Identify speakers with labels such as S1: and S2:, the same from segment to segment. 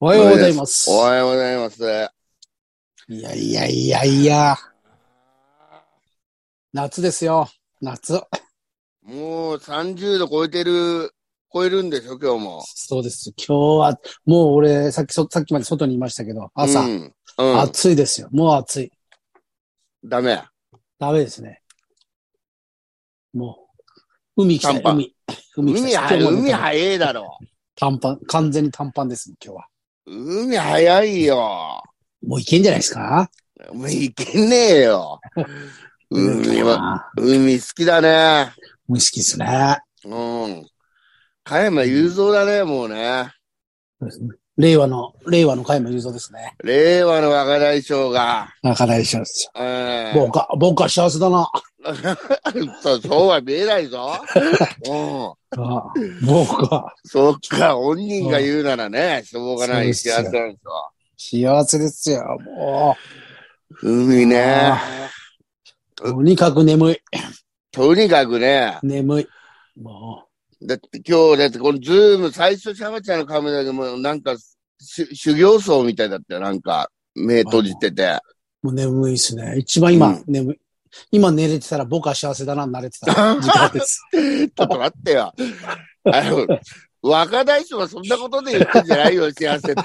S1: おはようございます。
S2: おはようございます。
S1: いやいやいやいや。夏ですよ。夏。
S2: もう30度超えてる、超えるんでしょ、今日も。
S1: そうです。今日は、もう俺、さっきそ、さっきまで外にいましたけど、朝、
S2: うん。うん、
S1: 暑いですよ。もう暑い。
S2: ダメ。
S1: ダメですね。もう、海来たい
S2: 短パン
S1: 海。海来たい
S2: 海早い、
S1: 今日も
S2: 海
S1: ね
S2: 早いだろ。
S1: 短パン、完全に短パンです、今日は。
S2: 海早いよ。
S1: もういけんじゃないですか
S2: もういけねえよ。海は、
S1: は。
S2: 海好きだね。
S1: 無意識ですね。
S2: うん。加山雄三だね、もうね。
S1: そうですね令和の、令和の加山雄三ですね。
S2: 令和の若大将が。
S1: 中田一緒ですよ。
S2: うん。
S1: 僕は、僕は幸せだな。
S2: そう、 そうは見えないぞ。うん。
S1: ああ僕は
S2: そっか、本人が言うならね、しょうがない幸せなんですよ。
S1: 幸せですよ、も
S2: 海
S1: う。
S2: ね。
S1: ああとにかく眠い、
S2: とにかくね、
S1: 眠い。も
S2: だって今日だってこのズーム最初シャバちゃんのカメラでもなんかし修行僧みたいだったよ。なんか目閉じてて。
S1: う、もう眠いですね。一番今、
S2: うん
S1: 眠い。今寝れてたら僕は幸せだな、慣れて た時間です。
S2: ちょっと待ってよ。あの、若大将はそんなことで言ってんじゃないよ、幸せって。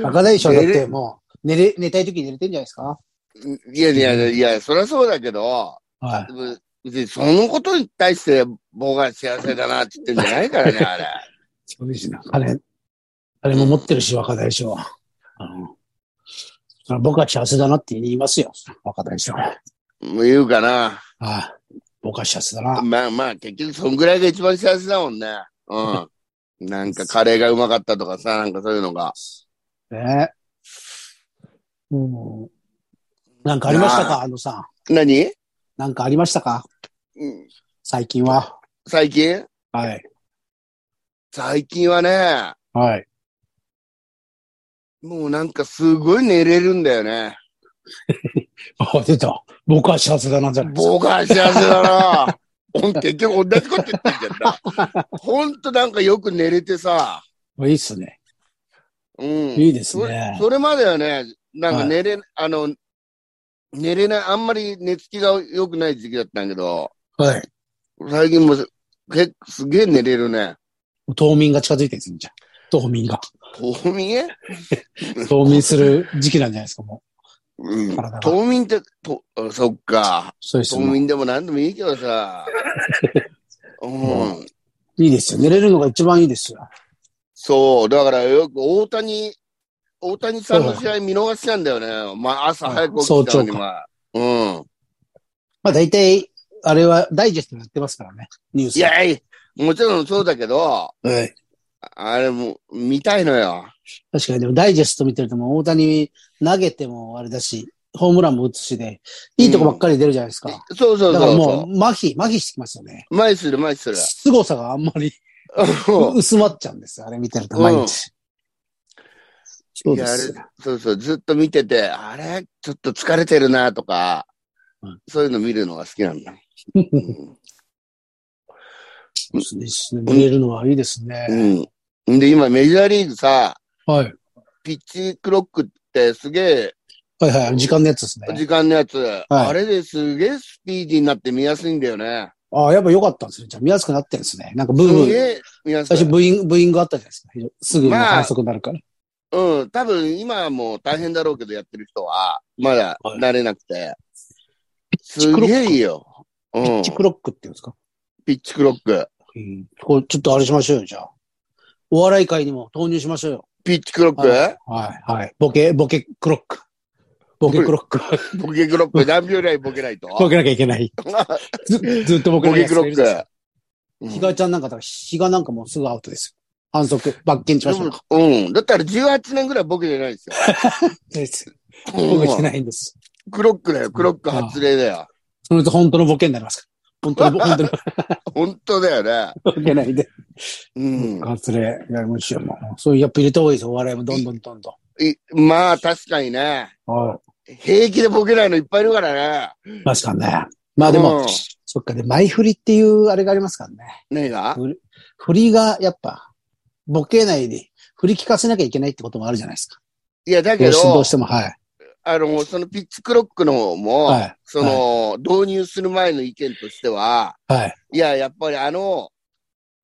S1: 若大将だってもう、寝れ、寝たい時に寝れてんじゃないですか
S2: いやいやいやいや、そりゃそうだけど、
S1: はい。
S2: でも別にそのことに対して僕は幸せだなって言ってんじゃないからね、あれ。
S1: そうですね。金、金も持ってるし、若大将は。あの、それは僕は幸せだなって言いますよ、若大将は。
S2: もう言うかな。
S1: ああ僕は幸せだな。
S2: まあまあ、結局、そんぐらいが一番幸せだもんね。うん。なんか、カレーがうまかったとかさ、なんかそういうのが。
S1: ねえ。うん。なんかありました
S2: な
S1: かあのさん。
S2: 何
S1: なんかありましたか
S2: うん
S1: 最近は。
S2: 最近
S1: はい。
S2: 最近はね、
S1: はい。
S2: もうなんかすごい寝れるんだよね。
S1: あ、出た。僕は幸せだなんじゃないですか。
S2: 僕は幸せだな。ほん結局同じこと言ってんじゃんな。ほんとなんかよく寝れてさ。
S1: いいっすね。
S2: うん。
S1: いいです
S2: それ
S1: ね。
S2: それまではね、なんか寝れ、あの、寝れない、あんまり寝つきが良くない時期だったんだけど、
S1: はい。
S2: 最近もすけすげえ寝れるね。
S1: 冬眠が近づいてるんじゃん。冬眠 が。
S2: 冬眠
S1: 冬眠する時期なんじゃないですか、もう。
S2: うん
S1: 体が。
S2: 冬眠って、と、あそっか。
S1: そうですよ
S2: 冬
S1: ね。
S2: 眠でも何でもいいけど さ。うん。
S1: いいですよ。寝れるのが一番いいですよ。
S2: そう。だからよく大谷、大谷さんの試合見逃しちゃうんだよね。まあ朝早く起きちゃうのに、
S1: 早朝か
S2: まあ。うん。
S1: まあ大体、あれはダイジェストやってますからね。ニュース。
S2: いやいや、もちろんそうだけど、
S1: はい。
S2: あれも、見たいのよ。
S1: 確かに、でもダイジェスト見てるともう大谷投げてもあれだし、ホームランも打つしで、いいとこばっかり出るじゃないですか。
S2: そうそう
S1: だから
S2: そう
S1: も、
S2: そう
S1: 麻痺、麻痺してきますよね。
S2: う。前する、前する。
S1: 凄さがあんまり薄まっちゃうんですよ。あれ見てると、毎日。そうです
S2: いやあれそうそう、ずっと見てて、あれちょっと疲れてるなとか、
S1: うん
S2: そういうの見るのが好きなん だ。
S1: そうですね。見えるのはいいですね。
S2: うん。で、今メジャーリーグさ、
S1: はい。
S2: ピッチクロックってすげ
S1: はいはい。時間のやつです
S2: え
S1: ね。
S2: 時間のやつ、あれですげえスピーディーになって見やすいんだよね。
S1: ああ、やっぱ良かったんですね。じゃあ見やすくなってるんですね。なんかブー
S2: す
S1: ム
S2: げえ見やす
S1: 最
S2: い。
S1: 初ブーイング、ブーイングあったじゃないですか。すぐに反則になるから。
S2: うん、多分今はもう大変だろうけどやってる人は、まだ
S1: はい
S2: 慣れなくて。
S1: チ
S2: す
S1: クロック
S2: げえいいよ。う
S1: ピッ
S2: ん
S1: チクロックって言うんですか
S2: ピッチクロック。
S1: うんこれちょっとあれしましょうよ、じゃあ。お笑い界にも投入しましょうよ。
S2: ピッチクロック
S1: はい、はい。ボケ、ボケクロック。ボケクロッ ク。
S2: ボケクロック何秒以内ボケないと。
S1: ボケなきゃいけない。ずずっとボケ
S2: ボ
S1: なき
S2: ケ
S1: ゃい
S2: ク
S1: け
S2: ロ
S1: な
S2: ッ
S1: いやつがいるじゃないですか。
S2: ク。
S1: 比嘉ちゃんなんか、だから比嘉なんかもうすぐアウトですよ。反則、罰金しましょうか。
S2: うん。うんだったら18年ぐらいボケじゃないですよ。
S1: そうです ボケして
S2: うん
S1: ないんです。
S2: クロックだよ、クロック発令だよ。
S1: そのと本当のボケになりますから。 本当の、本当の
S2: 本当だよね。
S1: ボケないで。
S2: うん。
S1: 発令、やりましょう。もうそういう、やっぱ入れた方がいいですよ。お笑いもどんどんどんど
S2: いまあ、確かにね。
S1: ん。は
S2: 平気でボケないのいっぱいいるからね。
S1: い。確かにね。まあでも、
S2: うん
S1: そっか、で、前振りっていうあれがありますからね。
S2: 何が
S1: 振りがやっぱ、ボケないで、振り聞かせなきゃいけないってこともあるじゃないですか。
S2: いや、だ
S1: ど
S2: け
S1: うしど
S2: ど
S1: うし、ても、はい。
S2: あの、そのピッチクロックの方も、
S1: はい。
S2: その、導入する前の意見としては、
S1: はい。
S2: いや、やっぱりあの、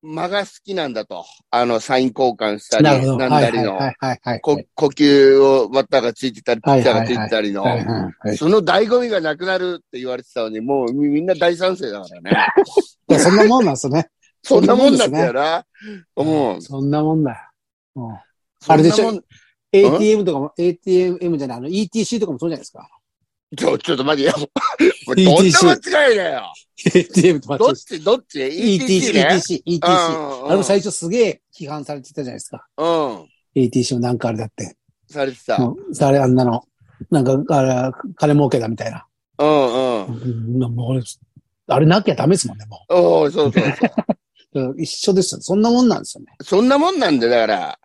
S2: 間が好きなんだと。あの、サイン交換したり、
S1: なるほど。
S2: なん
S1: はい
S2: だ
S1: はい
S2: りの、
S1: はいはいはい。
S2: こ呼吸をバッターがついてたり、ピ
S1: はい
S2: ッチャーがついてたりの、
S1: はいはいはい
S2: その醍醐味がなくなるって言われてたのに、もうみみんな大賛成だから ね。
S1: いやそんなもんなんですね。
S2: そんなもんだったよな。うん。
S1: そんなもんだよ。うんあれでしょ
S2: そんなもん
S1: ATM とかも、ATM じゃない、あの ETC とかもそうじゃないですか。
S2: ちょ、ちょっと待てよ。これどん
S1: ETC
S2: な間違いだよ。
S1: ATM と
S2: ど
S1: 間違
S2: っち、どっち ?ETC
S1: え
S2: ね。
S1: ETC、ETC、
S2: うん
S1: ETC。
S2: うん
S1: あれも最初すげえ批判されてたじゃないですか。
S2: うん。
S1: ATC もなんかあれだって。
S2: されてた。
S1: もうあれあんなの。なんか、あれ、金儲けだみたいな。
S2: うんうん。
S1: うんもうあれなきゃダメですもんね、も
S2: おおそうそうそう。
S1: う。だから一緒ですよ。そんなもんなんですよね。
S2: そんなもんなんで、だから、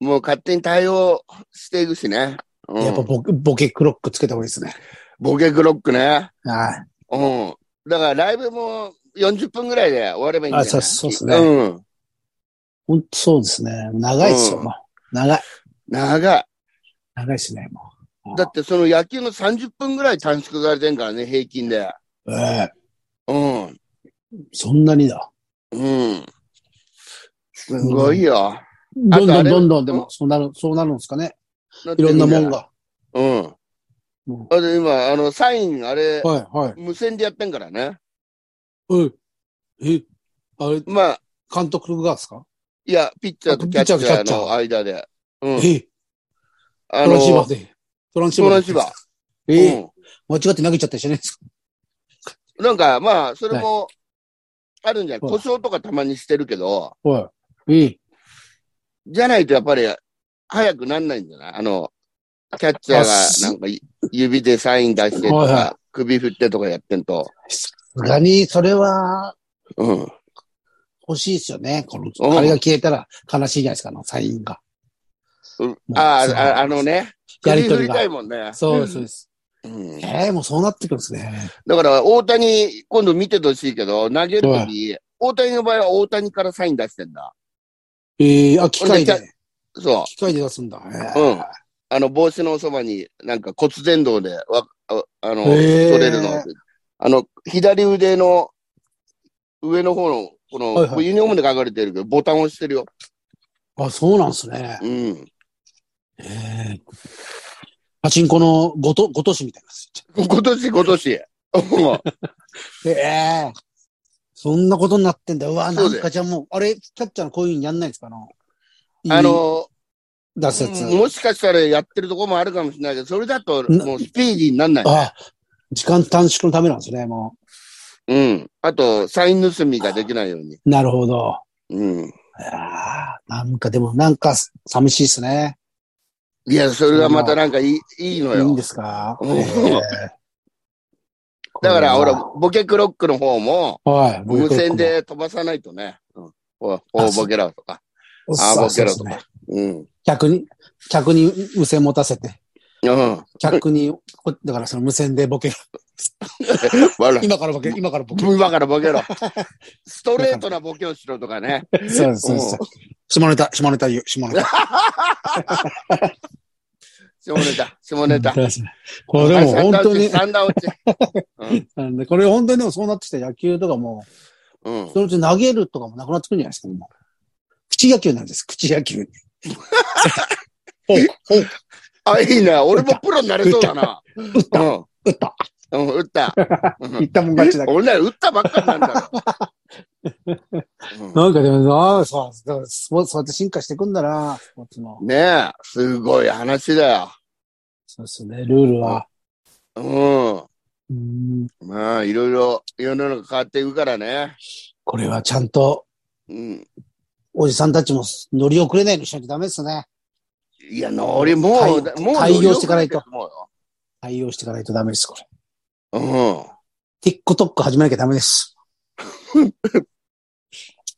S2: もう勝手に対応していくしね。うん、
S1: やっぱボケボケクロックつけた方がいいですね。
S2: ボケクロックね。
S1: は
S2: うん。だからライブも40分ぐらいで終わればいいんだよ、ね。
S1: あそうそうっすね
S2: うん。
S1: い。んそうですね。長いですよ、
S2: うん
S1: もう。長い。
S2: 長い。
S1: 長いですね、もう。
S2: だってその野球の30分ぐらい短縮されてんからね、平均で。
S1: ええ
S2: うん。
S1: そんなにだ。
S2: うん。すごいよ。
S1: どん
S2: あと
S1: ど
S2: あ
S1: ん
S2: れ
S1: どんどん、でも、そうなる、そうなるんですかね。い
S2: て
S1: ろんなもん。が。
S2: うん。
S1: うん
S2: あと今、あの、サイン、あれ、
S1: はい、はい。
S2: 無線でやってんからね。
S1: うん。え、あれ、
S2: まあ、
S1: 監督がですか、
S2: いや、ピッチャーとキャッチャーの間で。うん。
S1: え、
S2: あ
S1: トランシーバー
S2: の、
S1: で。トランシー
S2: ト
S1: バ
S2: ラ
S1: ーで。
S2: ンシーバー。
S1: え
S2: うん
S1: え間違って投げちゃったりしないですか
S2: なんか、まあ、それも、あるんじゃない、
S1: は
S2: 故
S1: い
S2: 障とかたまにしてるけど、
S1: はい。ええ
S2: じゃないとやっぱり、早くなんないんじゃないあの、キャッチャーが、なんかい、指でサイン出してと
S1: はいは
S2: か、首振ってとかやってんと。
S1: さすがに、それは、
S2: うん。
S1: 欲しいですよね。この、
S2: うん
S1: あれが消えたら悲しいじゃないですか、あの、サインが。
S2: うん
S1: もう
S2: ああ
S1: そう
S2: あ、あのね、
S1: や
S2: 首
S1: りと
S2: 振
S1: り
S2: りたい
S1: が。
S2: もんね。
S1: そうです、そうです。
S2: うん。
S1: ええもうそうなってくるんですね。
S2: だから、大谷、今度見ててほしいけど、投げるとき、大谷の場合は大谷からサイン出してんだ。
S1: ええあ、機械
S2: ほん
S1: で、
S2: そ
S1: 機械で出すんだ。
S2: う。うん。あの、帽子のそばに、なんか骨伝導で、わ、ああの、
S1: へー
S2: 取れるの。あの、左腕の上の方の、この、
S1: はいはい
S2: これユニフォームで書かれてるけど、ボタンを押してるよ。
S1: あ、そうなんですね。
S2: うん。
S1: ええパチンコのごと、ごとしみたいなやつ。
S2: 今年、今 年。
S1: ええそんなことになってんだ。うわ、
S2: そ
S1: な
S2: うだよ
S1: んかじゃあもう、あれ、キャッチャーのこういうのやんないんですかな
S2: あ、の、
S1: いい出すやつ。
S2: もしかしたらやってるとこもあるかもしれないけど、それだと、もうスピーディーになんない。
S1: あ、時間短縮のためなんですね、も
S2: うん。あと、サイン盗みができないように。
S1: う。なるほど。
S2: うん。
S1: あーなんかでも、なんか寂しいですね。
S2: いや、それはまたなんかいい、いいの
S1: いいん
S2: よ
S1: で。すか、
S2: うん
S1: ええ
S2: だから、
S1: これ
S2: 俺
S1: は、
S2: ボケクロックの方も、
S1: はい、ボイ
S2: 無
S1: コロック
S2: 線
S1: も。
S2: で飛ばさないとね。うん。お、
S1: あ
S2: おボケラとか。
S1: おっ
S2: あ
S1: さん
S2: ボケろ
S1: そ
S2: と
S1: うですね。
S2: うん。
S1: 客に、客に無線持たせて、
S2: うん。
S1: 客に、こだからその無線 でボケる。
S2: 笑
S1: 今からボケ、今からボケ。
S2: 今からボケ ろ。ストレートなボケをしろとかね。
S1: そうです、そうです。下ネタ、下ネタ言う、下ネタ。
S2: 下ネタ、下ネタ。
S1: これでも本当に、
S2: 三段落ち。
S1: なんでこれ本当にでもそうなってきて野球とかも、
S2: うん。
S1: そのうち投げるとかもなくなってくるんじゃないですか、もう。口野球なんです、口野球。ほう、ほう、
S2: あ、いいな。俺もプロになれそうだな。
S1: 打った、
S2: う
S1: 打った。
S2: ん。うん、打った。
S1: 言ったもん勝ちだけ
S2: 俺ら打ったばっかりなんだ ろ。
S1: ど。なんかでも、ああ、そう、だからスポーツ、そうやって進化していくんだな、スポーツも
S2: う。んねえ、すごい話だよ。
S1: そうですね、ルールは。
S2: うん。
S1: うん
S2: まあ、いろいろ世の中変わっていくからね。
S1: これはちゃんと、
S2: うん。
S1: おじさんたちも乗り遅れないようにしないとダメですね。
S2: いや、乗り、もう、
S1: 対
S2: もう
S1: 対応していかな
S2: 乗り遅れ
S1: いと
S2: てる思うよ
S1: 対応していかないとダメです、これ。
S2: う
S1: TikTok 始めなきゃダメです。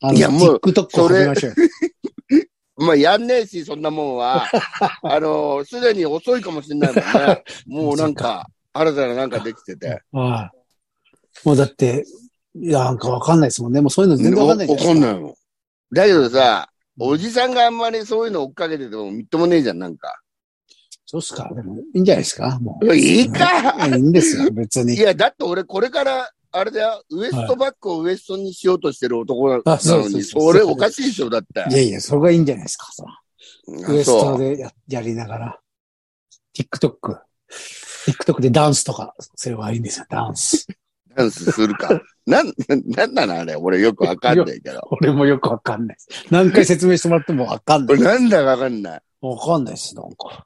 S1: あ の
S2: いやもう
S1: TikTok を
S2: それ
S1: 始めましょうよ。
S2: ん。まあ、やんねえし、そんなもん は。あの、すでに遅いかもしれないもんね。もうなんか、新たななんかできて て。
S1: はい。もうだって、いや、なんかわかんないですもんね。もうそういうの全然わかんないじゃ
S2: わ
S1: ないで
S2: かんないもん。だけどさ、おじさんがあんまりそういうの追っかけててもみっともねえじゃん、なんか。
S1: そうっすかでも、いいんじゃないですかもう。
S2: いいか
S1: うんいいんですよ、別
S2: い
S1: に。
S2: や、だって俺これから、あれだよ、ウエストバックをウエストにしようとしてる男な
S1: あそう
S2: の
S1: そう
S2: に、
S1: そう
S2: それおかしいでしょ、だって。
S1: いやいや、それがいいんじゃないですか、さ。ウエス
S2: そ
S1: ト
S2: う。
S1: でややりながら。TikTok。TikTok でダンスとか、それはいいんですよ、ダンス。
S2: ダンスするか。 なん、なんなのあれ俺よくわかんないけど。
S1: 俺もよくわかんないです。何回説明してもらってもわかん
S2: こ
S1: ない
S2: れ。なんだかわかんない。
S1: わかんないです、なんか。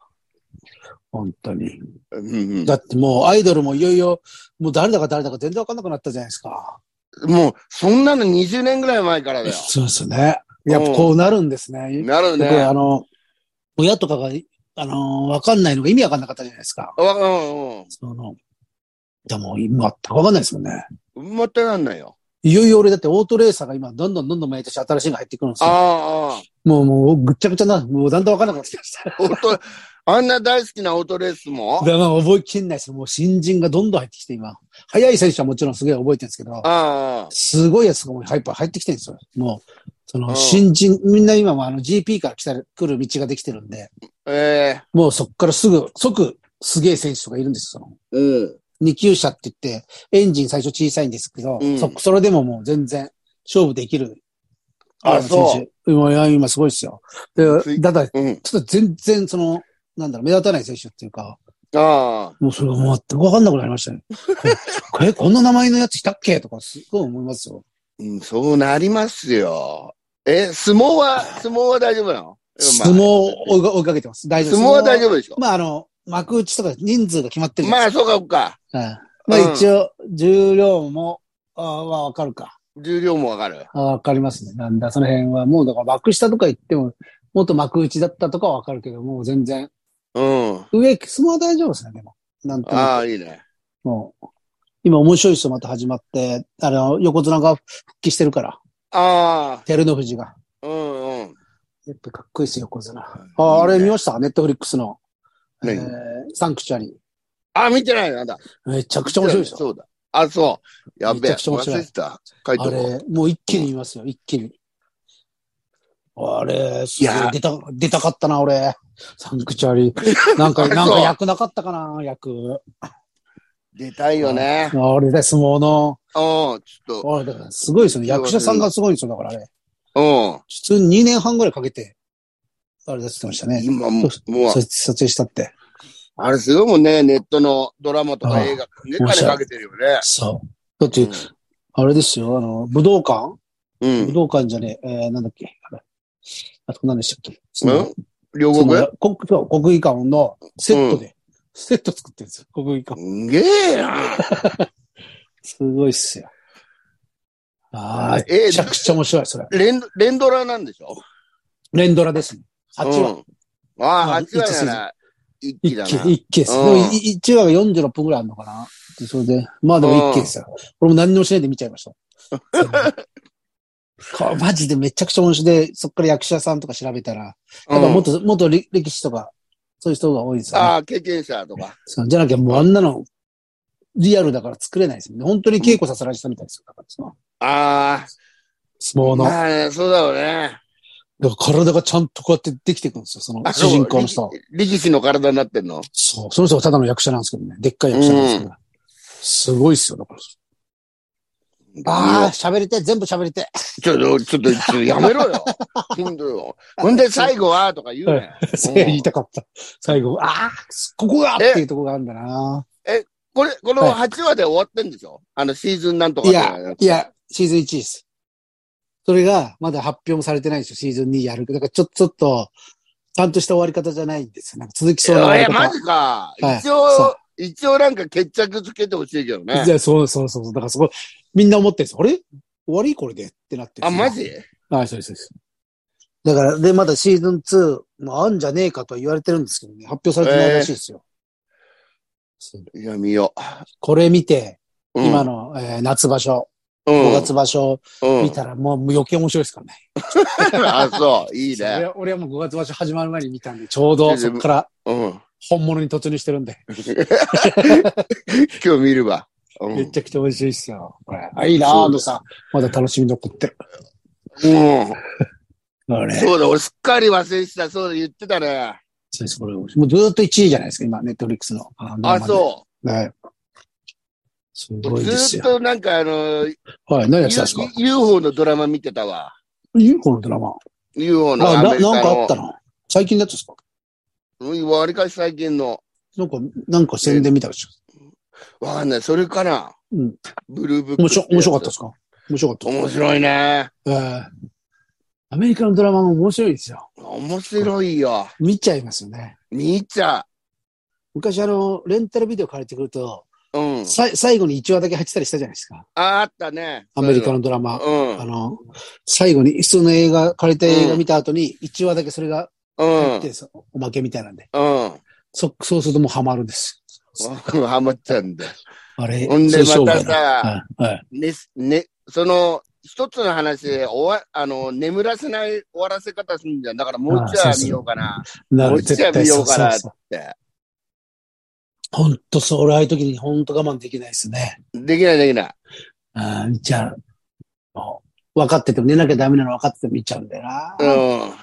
S1: 本当に。
S2: うん
S1: だってもうアイドルもいよいよ、もう誰だか誰だか全然わかんなくなったじゃないですか。
S2: うん、もう、そんなの20年ぐらい前からだよ。
S1: そうですね。やっぱこうなるんですね。
S2: なる
S1: 僕は
S2: ね。
S1: あの、親とかが、あの、わかんないのが意味わかんなかったじゃないですか。
S2: わうんうん。
S1: その、でも今、わかんないですもんね。
S2: 全くなんないよ。
S1: いよいよ俺だってオートレーサーが今、どんどんどんどん毎年新しいの入ってくるんですよ。
S2: あ
S1: もうもうぐっちゃぐちゃな、もうだんだんわかんなくなってきました。
S2: あ、ああ。オート、あんな大好きなオートレースも
S1: だから覚えきんないです。もう新人がどんどん入ってきて今。速い選手はもちろんすげえ覚えてるんですけど、
S2: ああ。
S1: すごいやつがもうハイパー入ってきてるんですよ。もう、そ
S2: うん
S1: の新人、みんな今もあの GP から来た来る道ができてるんで、
S2: え
S1: もうそっからすぐ、即すげえ選手とかいるんですよ。その
S2: えうん。
S1: 二級車って言って、エンジン最初小さいんですけど、
S2: うん
S1: そ、それでももう全然勝負できる。。
S2: あそう
S1: 今、いや今すごいですよ。
S2: つ
S1: で、
S2: い
S1: ただ、ち
S2: うん。
S1: ょっと全然その、なんだろう、目立たない選手っていうか、
S2: ああ。
S1: もうそれが全くわかんなくなりました ね。これ、こんな名前のやついたっけとか、すごい思いますよ。
S2: うん、そうなりますよ。え、相撲は、相撲は大丈夫なの
S1: 相撲を追いか追いかけてます。大丈夫
S2: 相撲は大丈
S1: 夫
S2: 夫でしょ
S1: まあ、あの、幕内とか人数が決まってるじゃ
S2: ま
S1: ない
S2: あ、
S1: です
S2: そうか、そうか。
S1: か。はいまあ、
S2: うん
S1: 一応、重量も、あーはわかるか。
S2: 重量もわかる。
S1: あわかりますね。なんだ、その辺は。もう、だから幕下とか言っても、もっと幕内だったとかはわかるけど、もう全然。
S2: うん。
S1: 上、相撲は大丈夫ですね、でも。なんと
S2: あ
S1: な
S2: あ、いいね。
S1: く。もう、今面白い人また始まって、あの、横綱が復帰してるから、
S2: あ
S1: 照ノ富士が。
S2: あ、うんうん。
S1: やっぱかっこいいですよ、横綱。あ、あれ見ましたネットフリックスの。え
S2: 何
S1: ー、サンクチュアリ
S2: あ、見てないなんだ。
S1: ー。めちゃくちゃ面白いですよ。
S2: そうだ。あ、そう。やべえ。
S1: めちゃくちゃ面白い
S2: 忘れてた。書い
S1: あ
S2: とこう
S1: れ、もう一気に見ますよ、一気に。あれ、すごい
S2: いや
S1: 出た、出たかったな、俺。サンクチュアリー。なん
S2: あ
S1: か、
S2: そう
S1: なんか役なかったかな、役。
S2: 出たいよね。うん、ち
S1: あれだ、相撲の。
S2: ょっと。
S1: あれだ、すごいですよね。役者さんがすごいんですよ、だからあれ。
S2: う
S1: 普通に2年半ぐらいかけて、あれだって言ってました
S2: ん。
S1: ね。
S2: 今もう、もう
S1: そ、撮影したって。
S2: あれすごいもんね。ネットのドラマと
S1: あ
S2: か
S1: あ
S2: 映画、ね、金かけてるよね。
S1: そう。だって、あれですよ、あの、武道館
S2: うん。う
S1: 武
S2: ん
S1: 道館じゃねえ、えー、なんだっけあれあそこ何でしたっけその
S2: うん両
S1: そ
S2: 国
S1: の国そう国技館のセットで、セット作ってるんですよ、国技館。
S2: すげえな。
S1: すごいっすよ。ああ、
S2: えー
S1: めちゃくちゃ面白い、それ。
S2: 連、連ドラなんでしょ
S1: 連ドラですね。8話。
S2: うん、あ
S1: まあ
S2: あ、8話なら、一気
S1: 一
S2: だ
S1: 期
S2: な。、
S1: 一期です。で
S2: うん
S1: もいい1話が46分くらいあるのかなでそれで、まあでも一期ですよ。俺も何にもしないで見ちゃ いました。これマジでめちゃくちゃ面白いで、そっから役者さんとか調べたら、やっぱ
S2: うん
S1: 元、元力力士とか、そういう人が多いですよね。
S2: ああ、経験者とか。
S1: そうじゃなきゃもうあんなの、リアルだから作れないですよね。本当に稽古させられてたみたいですよ。だからその
S2: あ
S1: 相撲
S2: あ、
S1: の。だか
S2: まあね、そうだろうね。
S1: ら体がちゃんとこうやってできていくんですよ。その
S2: あ
S1: 主人公の人。
S2: そう力力士の体になってんの
S1: そう。その人はただの役者なんですけどね。でっかい役者なんですけど。すごいっすよ。だから。ああ、喋りてえ、全部喋りてえ。
S2: ちょっと、ちょっと、ちょっとやめろ よ。本当よ。ほんで、最後はとか言うね。
S1: それ言いたかった。最後、ああ、ここがっていうとこがあるんだな。
S2: これ、この
S1: はい
S2: 8話で終わってんでしょあの、シーズンなんとか
S1: い
S2: とか
S1: や、いや、シーズン1です。それが、まだ発表もされてないんですよ。シーズン2やる。だからちょ、ちょっと、ちゃんとした終わり方じゃないんですよ。なんか続きそうな終わ
S2: い
S1: り
S2: や、
S1: 方。
S2: マジか。
S1: はい
S2: 一
S1: そ
S2: 応
S1: う、
S2: 一応なんか決着つけてほしいけどね
S1: じ。ゃあ、そうそうそうそう。だからそこ、みんな思ってるんです。あれ終わりこれでってなってる
S2: あ、
S1: んですよ
S2: マジ
S1: はい、そうです、そうです。だから、で、まだシーズン2もあんじゃねえかとは言われてるんですけどね。発表されてないらしいですよ。そう
S2: いや、見よ
S1: これ見て、
S2: う。うん
S1: 今、の、えー夏場所、
S2: うん
S1: 5月場所
S2: うん
S1: 見たらもう余計面白いですからね。
S2: あ、そう、いい
S1: そう俺
S2: ね。
S1: は俺はもう5月場所始まる前に見たんで、ちょうどそこから
S2: うん。
S1: 本物に突入してるんで、
S2: 今日見るわ。うん。う
S1: めちゃくちゃ面白いですよ。これ。あ、いいなぁ、
S2: そう
S1: 安藤さん。まだ楽しみ残ってる。
S2: ん。
S1: あれ。
S2: そうだ、俺すっかり忘れてた。そうだ、言ってたね。
S1: そうです、これ。もうずーっと1位じゃないですか、今、ネットフリックスの。あ。
S2: あ、そう
S1: はい。すご
S2: う。
S1: いです
S2: ずーっ
S1: よ。
S2: となんかあの、
S1: はい。何やってたんですか
S2: U- UFO のドラマ見てたわ。
S1: ?UFO のドラマ。
S2: UFO の
S1: あ、
S2: ア
S1: な
S2: メリ
S1: なんか
S2: カ
S1: あった
S2: の。
S1: な。最近だったんですか
S2: うん、わりかし最近の。
S1: なんか、なんか宣伝見たでしょ。
S2: わかんない。それかな。
S1: うん。
S2: ブルーブック。
S1: 面白、面白かったですか面白かった。
S2: 面白いね。
S1: えーアメリカのドラマも面白いですよ。
S2: 面白いよ。
S1: 見ちゃいますよね。
S2: 見ちゃ
S1: 昔あの、レンタルビデオ借りてくると、
S2: う。うん。
S1: さい最後に1話だけ入ってたりしたじゃないですか。
S2: ああったね。
S1: アメリカ
S2: の。
S1: のドラマ。
S2: うん
S1: あ。の、最後に、普通の映画、借りた映画見た後に、1話だけそれが
S2: うん
S1: 入っ。て、そおまけみたいなんで。
S2: うん。
S1: そ、そうするともうハマるんです。
S2: ハマっちゃうんだよ。
S1: あれ、
S2: ほんで
S1: それ商
S2: また
S1: 売だ
S2: さ、
S1: はい。はい。
S2: ね、ね、その、一つの話で終わ、あの、眠らせない終わらせ方するんじゃん。だからもう一
S1: あーそう
S2: 話
S1: そう
S2: 見ようかな。
S1: な
S2: も
S1: る
S2: う一
S1: 絶
S2: 話
S1: 対
S2: 見
S1: そ
S2: よ
S1: う
S2: う
S1: そ
S2: かな
S1: う
S2: っ
S1: そう。
S2: て。
S1: ほんとそう、俺ああいう時にほんと我慢できないですね。
S2: できないできない。
S1: ああ、見ちゃう。もう分かってても、寝なきゃダメなの分かってても見ちゃうんだよな。
S2: うん。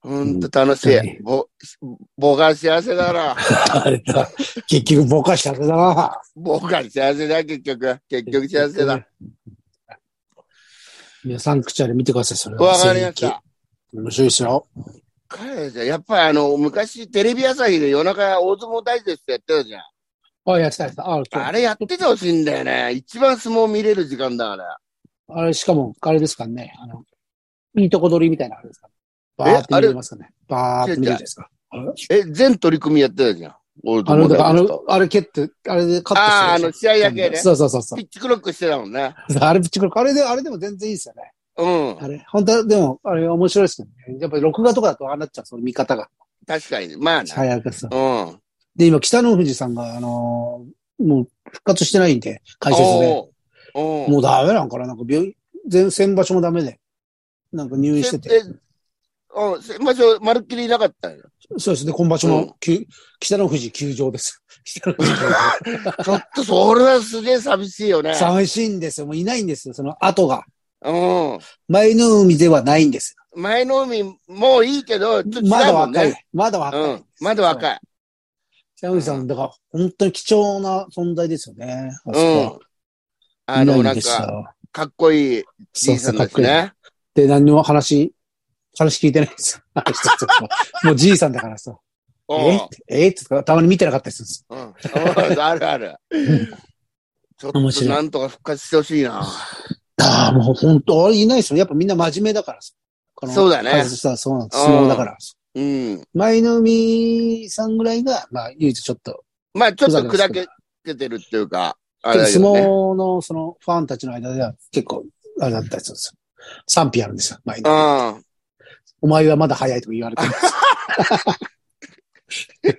S2: ほんと楽しい。ぼ、ぼが幸せだな。
S1: あれだ。結局、ぼかしたくだな。
S2: ぼが幸せだ、結局。結局幸せだ。。
S1: 皆さん、口あれ見てください、それは
S2: わかりまし。た。
S1: 面白いですよ。
S2: 彼じゃ、やっぱりあの、昔テレビ朝日で夜中大相撲大絶やってたじゃん。
S1: あ、やってたやってた。あ
S2: あれやっててほしいんだよね。一番相撲見れる時間だから。
S1: あれ、しかも、あれですからね。あの、いいとこ取りみたいなあれですか、バーって見れますかね。バーって見れるじゃないですか。
S2: え、全取り組みやってたじゃん。俺
S1: あ
S2: と
S1: の、
S2: も
S1: だからあ
S2: あ
S1: の、あれ蹴って、あれでカット
S2: あー、あ
S1: する
S2: の、試合
S1: でしょ
S2: だけね。
S1: そうそ うそうそ
S2: ピッチクロックしてたもんね。
S1: う。あれ、ぶちこれ、あれで、あれでも全然いいですよね。
S2: うん。
S1: あれ、本当はでも、あれ面白いですけどね。やっぱり録画とかだとああなっちゃう、その見方が。
S2: 確かに。まあな。
S1: 早くさ。
S2: うん。
S1: で、今、北の富士さんが、あのーもう復活してないんで、解説で。
S2: おう
S1: もうダメなんかななんか病院、前、先場所もダメで。なんか入
S2: う
S1: 院
S2: ん。
S1: して
S2: せ
S1: て。
S2: えうん。せ場所、まるっきりいなかったよ。
S1: そうですね、今場所
S2: うん
S1: も、きゅ北の富士休場です。北の富士休
S2: ちょっと、それはすげえ寂しいよね
S1: 場。。寂しいんですよ。もういないんですよ、その後が。
S2: う
S1: 前の海ではないんです
S2: ん。前の海、もういいけど、ちょっと
S1: よ。まだ
S2: 違うもん
S1: 若い
S2: ね。。
S1: まだ若い。
S2: うん。まだ若い。
S1: 北の富士さん、だから、本当に貴重な存在ですよね。あそこ
S2: うん。あの、なんか、
S1: か、
S2: かっこいいじいさんだし
S1: いい。
S2: ね。
S1: で、何にも話、話聞いてないです。あの人たちももうじいさんだからさ。
S2: う
S1: え
S2: ん
S1: ってえってかたまに見てなかったりするんです。
S2: うん。うんあるあ る。ちょっと、
S1: 面白い
S2: なんとか復活してほしいな。
S1: ああ、もう本当、あれいないですよ。やっぱみんな真面目だからさ。この
S2: そうだね
S1: 解説したらそうなんです。相撲だから。
S2: うん。
S1: 前の海さんぐらいが、まあ、唯一ちょっと、
S2: まあ、ちょっと砕けてるっていうか、あれだけ
S1: 相
S2: どね。
S1: 撲のそのファンたちの間では結構、あれだったりするんですよ。賛否あるんですよ、前の。
S2: うん。
S1: お前はまだ早いとか言 われてるんですよ。
S2: ま
S1: う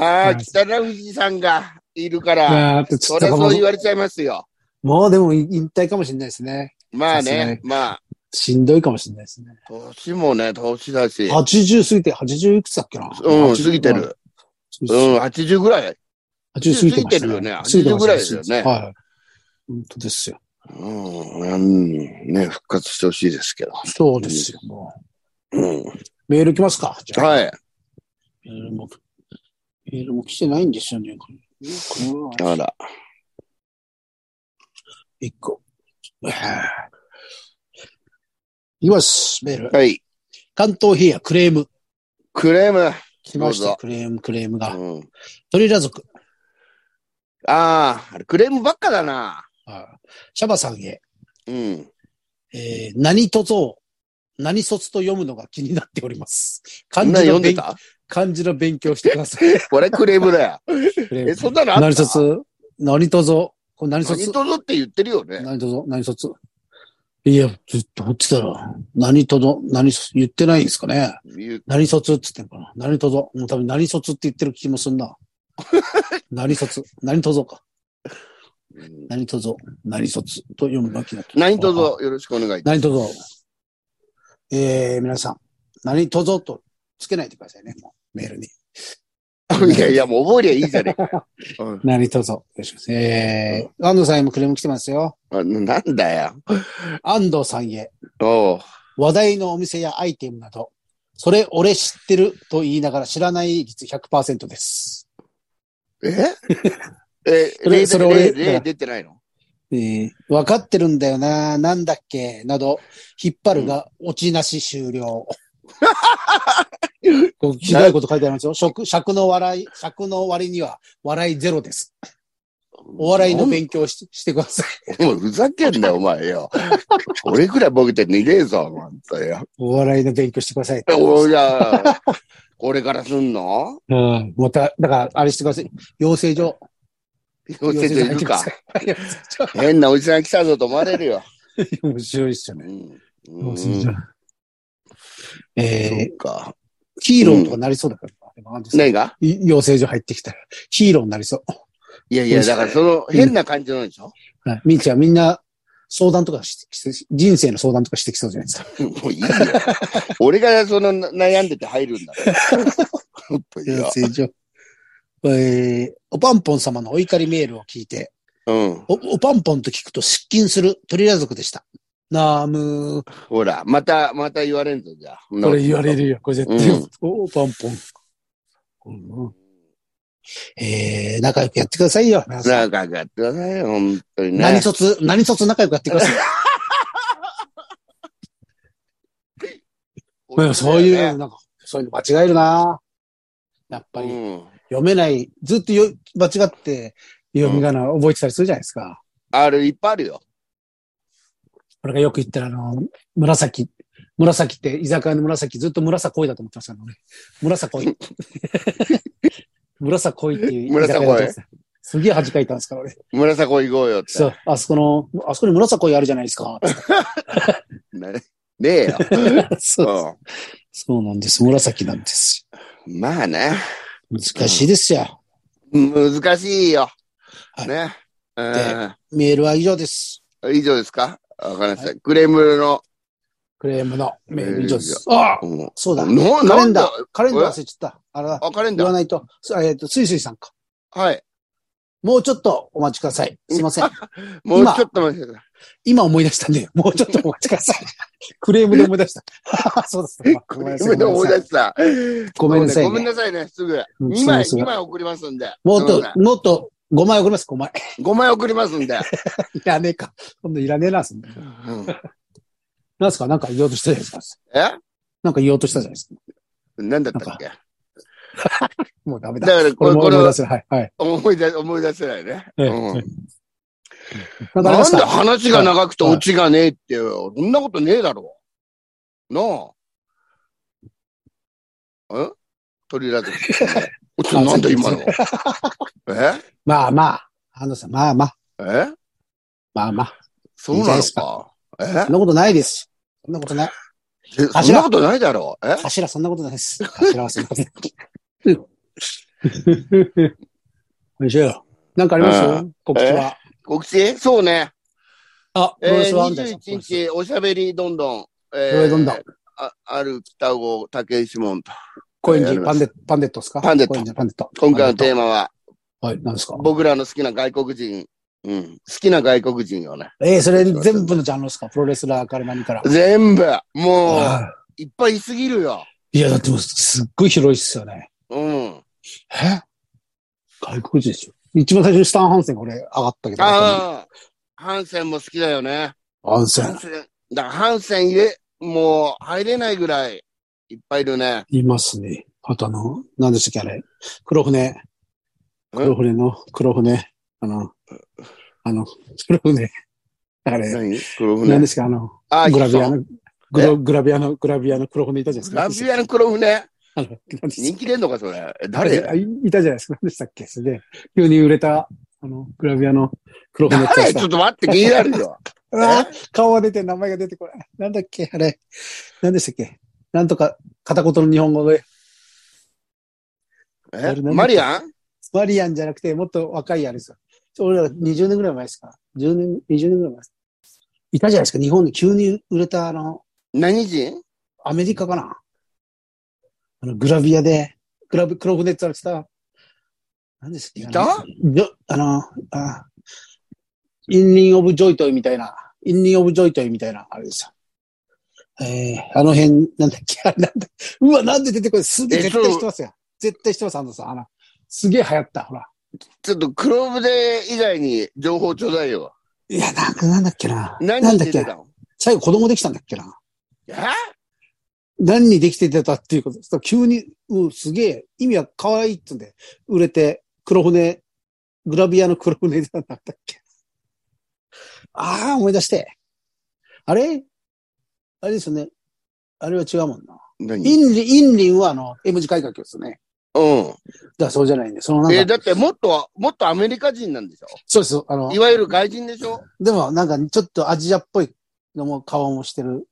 S2: あ、
S1: ん
S2: 北の富士さんがいるから、
S1: あーってち
S2: そ
S1: ょっと
S2: れ
S1: こ
S2: そう言
S1: の
S2: われちゃいますよ。
S1: もうでも引退かもしれないですね。
S2: まあ
S1: さすが
S2: ね
S1: に、
S2: まあ、
S1: しんどいかもしれないですね。
S2: 年もね、年だし。
S1: 80過ぎて、80いくつだっけな
S2: うん、
S1: 80
S2: 過ぎてる。
S1: そう
S2: う、
S1: そうん
S2: 80ぐらい。
S1: 80過ぎ
S2: 過
S1: てました
S2: ぎてるよね
S1: 過ぎてました
S2: 80ぐらいですよね
S1: はい。本当ですよ。
S2: うん、うんね、復活してほしいですけど。
S1: そうですよ。も
S2: うん。
S1: うメール来ますかじゃあ
S2: はい。
S1: メールも、メールも来てないんですよね。これこれは
S2: あら。
S1: 一個。はいいきます、メール。
S2: はい。
S1: 関東平野クレーム。
S2: クレーム。
S1: 来まし
S2: どう
S1: た、
S2: ぞ
S1: クレーム、クレームが。
S2: うん。
S1: トリラ族。
S2: ああ、あれクレームばっかだな。
S1: はいシャバさんへ、
S2: うん。
S1: えー、何とぞ、何卒と読むのが気になっており ます。
S2: あ
S1: 漢
S2: んな
S1: 字
S2: 読
S1: の
S2: んで
S1: 勉
S2: た
S1: 漢字の勉強してくださ い。
S2: これクレーム だよ。
S1: クレーム
S2: え、そんなのあった
S1: 何卒何とぞこれ何卒
S2: 何とぞって言ってるよね。
S1: 何とぞ何卒いや、ずっとこっちだろ。何とぞ何卒言ってないんですかね。
S2: 言う
S1: 何卒って言ってんのかな。何とぞもう多分何卒って言ってる気もすんな。 何卒何とぞか。
S2: うん
S1: 何とぞ何卒と読むわけだと。
S2: 何とぞよろしくお願い。
S1: 何とぞえー、皆さん、何とぞとつけないでくださいね、もうメールに。
S2: いやいや、もう覚えりゃいいじゃねえ か。うん
S1: 何卒よろしくお願いします。えー、安藤さんへもクレーム来てますよ。
S2: あななんだよ。
S1: 安藤さんへ、
S2: おう
S1: 話題のお店やアイテムなど、それ俺知ってると言いながら知らない率100%です。
S2: ええ、
S1: それ
S2: 例
S1: それ俺
S2: 例例出てないの
S1: えー、わかってるんだよな、なんだっけ、など、引っ張るが、落ちなし終 了。こうひどいこと書いてありますよ。尺尺の笑い、尺の割には笑いゼロです。お笑いの勉強をししてください。
S2: お前ふざけんなよ、お前よ。 俺くらいボケて逃げえぞ、ほんとよ。
S1: お笑いの勉強してください。
S2: おじゃあ、これからすんの
S1: うん。また、だから、あれしてください。養成所。
S2: 養成所いるか。
S1: 養成所入ってください。
S2: 変なおじさん来たぞと思われるよ。
S1: 面白いっすよ
S2: う
S1: ね。
S2: ん。う
S1: 養
S2: ん、
S1: 成
S2: そ
S1: 所
S2: っ。
S1: えー、
S2: か。
S1: ヒーローとかなりそうだから。でも安藤さん
S2: 何が
S1: い養成所入ってきたら、ヒーローになりそう。
S2: いやいや、だからその変な感じなんでしょ、
S1: はい。みーちゃん、みんな、相談とかしてきそう、人生の相談とかしてきそうじゃないですか。
S2: もう いいよ。俺がその悩んでて入るんだから。ほんと いいよ。
S1: 成長。えー、おぱんぽん様のお怒りメールを聞いて、
S2: うん。
S1: お、おぱんぽんと聞くと失禁する鳥ラ族でした。なーむー。
S2: ほら、また、また言われんぞ、じゃあ。
S1: これ言われるよ。これ絶対、
S2: うん
S1: おおぱんぽん。えー、仲良くやってくださいよ。皆さん
S2: なんかやってくださいよ、ほんとに
S1: 何
S2: ね。
S1: 卒、何卒仲良くやってください。まあ そういう、なんか、そういうの間違えるなやっぱり、
S2: うん。
S1: 読めない、ずっとよ間違って読み仮名覚えてたりするじゃないですか。
S2: あれ、いっぱいあるよ。
S1: 俺がよく言ってるあの、紫、紫って居酒屋の紫、ずっと紫恋だと思ってましたからね。紫恋。紫恋っていう居酒屋だと思ってたすげえ恥かいたんですから、俺。
S2: 紫行こうよって。
S1: そう、あそこの、あそこに紫恋あるじゃないです か。
S2: ねねえよ。
S1: そう、そうなんです。紫なんです。
S2: うんまあね。
S1: 難しいですよ。
S2: 難しいよ。
S1: はい
S2: ね。う
S1: メールは以上です。
S2: ん。以上ですかわかりました。クレームの。
S1: クレームのメール以上です。ああ
S2: うん
S1: そうだ。
S2: な
S1: カレ
S2: なん
S1: ンダー
S2: だ、
S1: カレンダー忘れちゃった。あれだ。
S2: あ、カレン
S1: 言
S2: ダ
S1: わ
S2: ー。
S1: ないと。すえっ、と、スイスイさんか。
S2: はい。
S1: もうちょっとお待ちください。すいません。
S2: もうちょっと待ってくださ
S1: 今思い出したんで、もうちょっとお待ちく ださい。クレームで思い出した。そうですね
S2: い。。クレームで思い出した。
S1: ごめんなさい。
S2: ご
S1: ご
S2: め
S1: め
S2: ん
S1: んなさいね。
S2: なさいね、すぐ。
S1: うん
S2: 2枚、
S1: すいません
S2: 2枚送りますんで。
S1: もっ
S2: すい
S1: と
S2: ま、
S1: もっと5枚送ります、5枚。
S2: せん5枚送りますんで。
S1: いらねえか。今度いらねえな、そんな。
S2: うん
S1: なんすかなんか言おうとしたじゃないですか。
S2: え
S1: なんか言おうとしたじゃないですか。
S2: 何だったっけ
S1: もうダメ
S2: だ
S1: だ。
S2: から、
S1: こ
S2: こ
S1: れ
S2: れ、
S1: も
S2: こ
S1: 思い出
S2: れ、
S1: せる。はい。はい。
S2: 思い出、思い出せないね。
S1: ええ
S2: うん
S1: なんかあり
S2: な
S1: ま
S2: ん
S1: す
S2: で
S1: か
S2: 話が長くてオチがねえってよ。そんなことねえだろう。なあ。え鳥 ラズ。ちょなんだ今の。え
S1: まあまあ。安藤さん、まあまあ。
S2: え
S1: まあまあ。
S2: そう
S1: いい
S2: な
S1: で
S2: の
S1: す
S2: か。
S1: そんなことないです。そんなことない。
S2: ええそんなことないだろう。え
S1: 柱、そんなことない です。柱はすいません。よいしょ。なんかあります
S2: う
S1: よ告知は。
S2: 告知そうね。
S1: あ、プ
S2: え
S1: ロレ
S2: ー、
S1: スワンダー
S2: 21日、おしゃべりどんどん。え
S1: プロレスどんどん。
S2: あある北郷武石門と。
S1: コイン
S2: や
S1: ジ
S2: り
S1: ー
S2: ま
S1: パン
S2: す
S1: デパンデットですか
S2: パンデット
S1: コインジーパンデット。
S2: 今回のテー
S1: マ。
S2: マは、
S1: はい、何ですか
S2: 僕らの好きな外国人。うん。好きな外国人をね。
S1: えー、それ全部のジャンルですかプロレスラーから何から。
S2: 全部、もう、
S1: あ
S2: いっぱいいすぎるよ。
S1: ーいや、だってもうすっごい広いっすよね。
S2: うん。
S1: え外国人ですよ。一番最初にスタンハンセンが俺上がったけど。
S2: ああ、ハンセンも好きだよね。
S1: ハンセ
S2: ハン
S1: ン。
S2: セン、だからハンセン入れ、もう入れないぐらいいっぱいいるね。
S1: いますね。あとあの、何でしたっけあれ。黒船。黒船の、黒船。あの、あの、黒船。あれ、
S2: 何黒
S1: 何で
S2: 船。
S1: すかあの、
S2: あ
S1: グラビア
S2: の。
S1: の、グラグラビアの、グラビアの黒船いたじゃ
S2: グ
S1: ない
S2: ラ
S1: です
S2: ビ
S1: か。
S2: アの黒船
S1: あの何で
S2: 人
S1: すか
S2: 気出んのか、それ。え
S1: あ
S2: 誰
S1: いいたじゃないですか。何でしたっけそれで、急に売れた、あの、グラビアの黒船
S2: 誰ちょ
S1: う
S2: っと待って、気になるよ。
S1: わ顔が出て名前が出てこない。なんだっけあれ。何でしたっけなんとか、片言の日本語で、
S2: え
S1: 誰
S2: マリアン
S1: スマリアンじゃなくて、もっと若いあれですよ。俺ら20年ぐらい前ですか ?10 年、20年ぐらい前です。いたじゃないですか。日本に急に売れた、あの、
S2: 何人
S1: アメリカかなあの、グラビアで、グラビ、黒船ってされてた、何です
S2: いた
S1: ジョあの、あ、インリン・オブ・ジョイトイみたいな、インリン・オブ・ジョイトイみたいな、あれですよ。えー、あの辺、なんだっけ、あ れなんだ、うわ、なんで出てくるすげえ、
S2: え
S1: 絶
S2: そう
S1: 対知ってますよ。絶対知ってます、安藤さん。あの、すげえ流行った、ほら。
S2: ちょっとクローブデー以外に情報ちょうだいよ。
S1: いや、なんか、なんだっけな。
S2: 何
S1: なん
S2: 人
S1: だっ
S2: 出て
S1: け
S2: たの
S1: 最後子供できたんだっけな。
S2: え
S1: 何にできてたっていうことです。急に、うん、すげえ、意味は可愛いっつうんで、売れて、黒船、グラビアの黒船じゃなかったっけ。ああ、思い出して。あれあれですよね。あれは違うもんな。イ
S2: 何
S1: ンリン、インリンはあの、M 字改革ですよね。
S2: うん。
S1: だからそうじゃないんで、その
S2: え
S1: な
S2: ー
S1: ん
S2: だ
S1: か、
S2: ってもっと、もっとアメリカ人なんでしょ
S1: そうです、あの
S2: い、わゆる外人でしょ
S1: でもなんかちょっとアジアっぽいのも顔もしてる。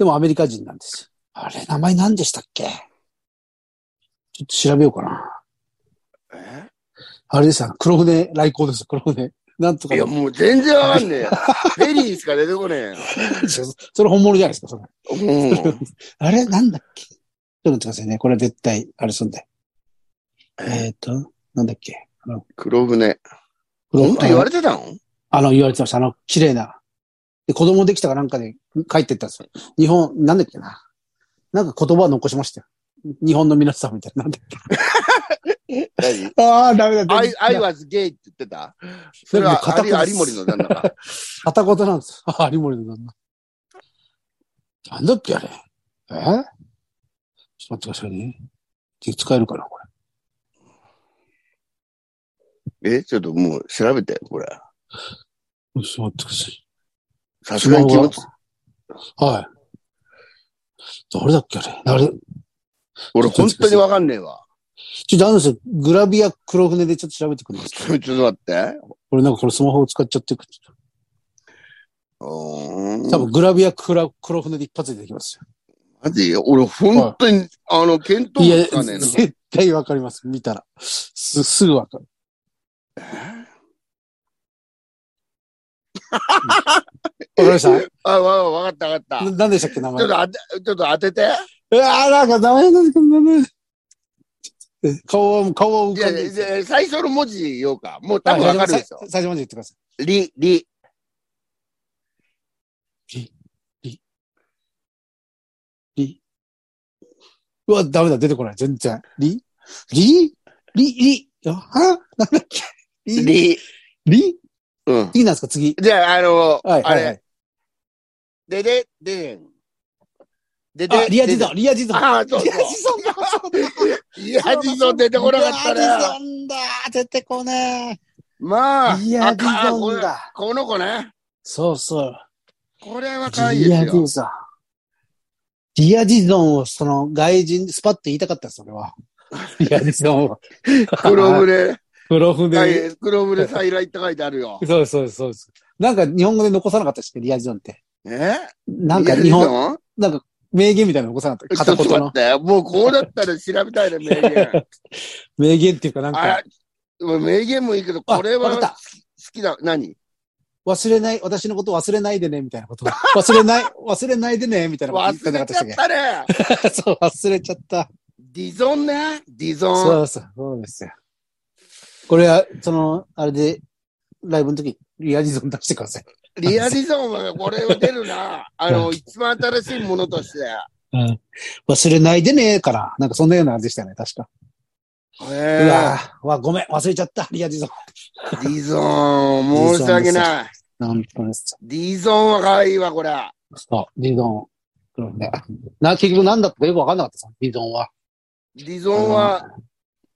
S1: でもアメリカ人なんですよ。あれ、名前何でしたっけちょっと調べようかな。
S2: え
S1: あれですよ、黒船来航ですよ、黒船。なんとか
S2: いや、
S1: の。
S2: もう全然わかん ねえよ。フェリーしか出てこねえよ。
S1: それ本物じゃないですか、それ。
S2: うん。
S1: あれなんだっけちょっと待ってくださいね。これは絶対、あれそんで。えっ、と、なんだっけあの、
S2: 黒船。本当言われてたの
S1: あの、言われてました。あの、綺麗な。で、子供できたかなんかで帰ってったんですよ。日本、なんだっけな。なんか言葉残しましたよ。日本の皆さんみたいな。なんだっ
S2: 何
S1: け ああ、ダメだ。
S2: I, I was gay って言ってたそれは
S1: でも片言です
S2: 有森の旦那か。
S1: 片言なんです。あ、 有森の旦那。なんだっけあれ。えちょっと待ってくださいね。使えるかなこれ。
S2: え、ちょっともう調べて、これ。
S1: ちょっと待ってください。
S2: さすがに気持ち、
S1: はい。誰だっけあれ。あれ。
S2: 俺本当にわかんねえわ。
S1: ちょっとあのですよグラビア黒船でちょっと調べてくるんですか
S2: ちょっと待って。
S1: 俺なんかこのスマホを使っちゃってる
S2: うーん
S1: 多分グラビア黒黒船で一発でできます
S2: マジ俺本当に、あの、見当
S1: よ。いや、
S2: もつかねえな。
S1: 絶対わかります。見たら。す、すぐわかる。わかりました
S2: あ、わ、わかったわかった。
S1: な
S2: ち
S1: なんでしたっけ名前
S2: ょっ。と当て、ちょっと当てて。
S1: うわあ、なんかダメなんですけど、ダメ。え顔は、顔は浮
S2: い
S1: か
S2: や
S1: んでる
S2: いや最初の文字言おうか。もう多分わかるでしょ
S1: は。い最初まで言ってくださ
S2: り、り。
S1: い。うわ、ダメだ、出てこない、全然。りりりりあはなんだっけり
S2: り。
S1: り
S2: うん。
S1: 次なんですか、次。
S2: じゃあ、あの、
S1: はい、
S2: あ
S1: はい、は
S2: れ、
S1: い。
S2: でで、でで。で
S1: あ
S2: で、。
S1: リア
S2: でで
S1: ジゾン、リアジゾン。
S2: ああ、そう
S1: リア
S2: そう。
S1: ジゾンだ、そうだ
S2: リアジゾン出てこなかった
S1: リアジ
S2: ね。
S1: ゾンだ、出てこね
S2: まあ、
S1: え。リアジ
S2: あ
S1: ゾ
S2: こ
S1: ン
S2: れ
S1: だ。
S2: この子ね。
S1: そうそう。
S2: これは可愛い
S1: リ
S2: です
S1: ア
S2: よ
S1: ジ。ゾン。リアジゾンをその外人、スパッと言いたかった、それは。 リアジゾンを。
S2: 黒船、
S1: 黒船。
S2: はい黒船再来って書いてあるよ。
S1: そうですそうです、そうです。なんか日本語で残さなかったっすっけリアジゾンって。
S2: え
S1: なんか日本、
S2: 本
S1: なんか名言みたいなの残さなかっ
S2: ちょ
S1: た。
S2: っと待
S1: 片言の
S2: っ。て。もうこうだったら調べたいな、名 言。
S1: 名言っていうかなん
S2: あ
S1: か。、
S2: 名言もいいけど、
S1: あ
S2: これ
S1: わか
S2: は
S1: っ
S2: 好
S1: た。
S2: きだ。何
S1: 忘れない、私のこと忘れないでね、みたいなこと。 忘れない、忘れないでね、みたいなこと言って
S2: 忘
S1: なか
S2: れ
S1: っ
S2: ちゃ
S1: た
S2: ったね。
S1: っすっけ そう、忘れちゃった。
S2: ディゾンね。ディゾン。
S1: そうそう、そうですよ。これは、その、あれで、ライブの時、リアジゾン出してください。
S2: リアディゾンはこれは出るな。あの、一番新しいものとして。
S1: うん。忘れないでね、から。なんかそんなような味でしたよね、確か。う
S2: え
S1: わうわ、ごめん、忘れちゃった、リアジゾン。
S2: えディゾン、申し訳ない。
S1: なんとです。
S2: ディゾンは可愛いわ、これ。
S1: そう、リゾン。黒船な、結局何だったかよくわかんなかったさ、リゾンは。
S2: ディゾンは、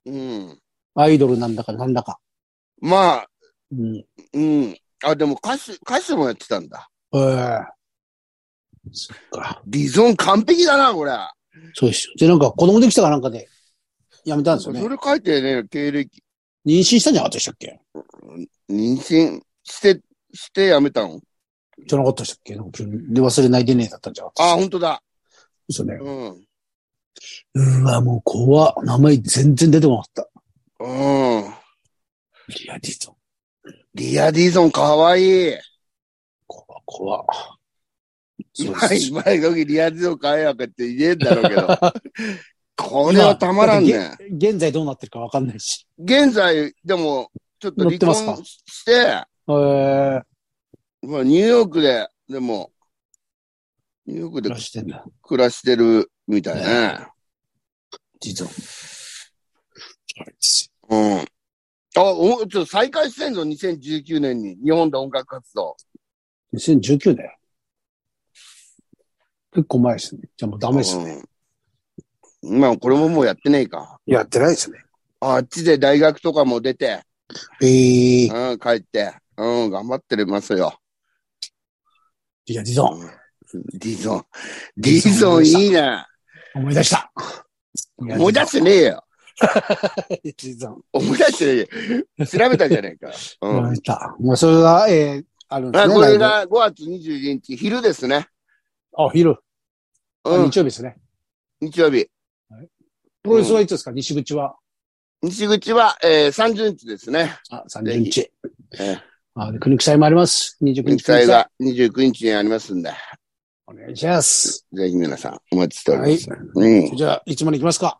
S2: うん。
S1: アイドルなんだかなんだか。
S2: まあ、
S1: うん。え
S2: うん。あ、でも歌手、歌手もやってたんだ。
S1: えそっか。
S2: ディゾン完璧だな、これ。
S1: そうですよ。で、なんか子供できたかなんかで、やめたんですよね
S2: そ。れ書いてね、経歴、
S1: 妊娠したんじゃなかったでしたっけ
S2: 妊娠して、してやめたの。
S1: じゃなかったでしたっけなんか急にで、忘れないでね、だったんじゃなか
S2: あ、
S1: った
S2: 本当だ。
S1: ですよね。
S2: うん。うん。
S1: うわ、もう怖っ名前全然出てこなかった。リアジゾン。
S2: リア・ディゾン可愛い。
S1: 怖怖
S2: 今、今の時リア・ディゾン可愛いわけって言えんだろうけど。これはたまらんね。
S1: 現在どうなってるかわかんないし。
S2: 現在、でも、ちょっと
S1: 乗っ
S2: 離
S1: てますか
S2: 婚して、
S1: えー、
S2: まあ、ニューヨークで、でも、ニューヨークで
S1: 暮らしてんだ。
S2: 暮らしてるみたいね。
S1: 実は。す
S2: うん。あ、お、ちょっと再開してんぞ、2019年に。日本で音楽活動。
S1: よ2019だよ。結構前ですね。じゃあもうダメですね。
S2: うん。まあ、これももうやってねえか。
S1: やってないですね。
S2: ああっちで大学とかも出て、
S1: ええ
S2: うん、帰って、うん、頑張ってますよ。
S1: いや、実は
S2: うんディゾン。ディゾンいいね。
S1: 思い出した。
S2: 思い出してねえよ。
S1: て。実は
S2: 思い出してねえよ。調べたじゃねえか。うん。
S1: 思い出した。まあ、それが、えー、あるんで
S2: あ
S1: すね。
S2: これ
S1: ライ
S2: が5月22日、昼ですね。
S1: ブあ、昼。あ
S2: うん
S1: 日、曜日ですね。
S2: 日曜日。
S1: プロレスはいつですか西口は。
S2: 西口は、えー、30日ですね。
S1: あ、30日。
S2: ええ
S1: あ、で、国際もあります。29日。
S2: 国際が29日にありますんで、
S1: お願いします。
S2: ぜひ皆さんお待ちしており
S1: は
S2: ま
S1: い
S2: す。。うん。
S1: じゃあ、いつまで行きますか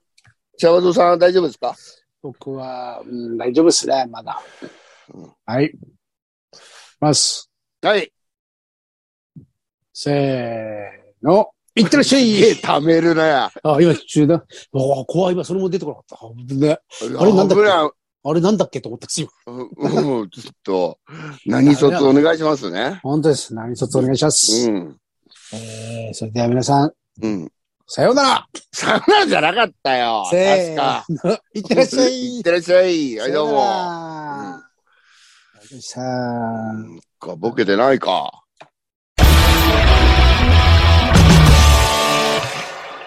S2: シャワドさんは大丈夫ですか
S1: 僕は、うん、大丈夫ですね、まだ
S2: うん。
S1: はい。ます。
S2: はい。
S1: せーの。いってらっしゃ
S2: え、
S1: い
S2: 貯めるな。
S1: あ、今中断。あ、怖い。今、それも出てこなかった。危ね
S2: あ
S1: あれなんだっけ
S2: っ
S1: あれなんだっけと思ったすよ。
S2: けうん、ちょっと、何卒お願いしますね。
S1: 本当です。何卒お願いします。
S2: うん。
S1: えー、それでは皆さん、
S2: うん。
S1: さようなら
S2: サウナじゃなかったよ。
S1: せー
S2: 確か。
S1: の。いってらっしゃ
S2: いっ
S1: い
S2: てらっしゃい。はい、どうも。
S1: さよなら
S2: うん
S1: さあ。
S2: かボケてないか。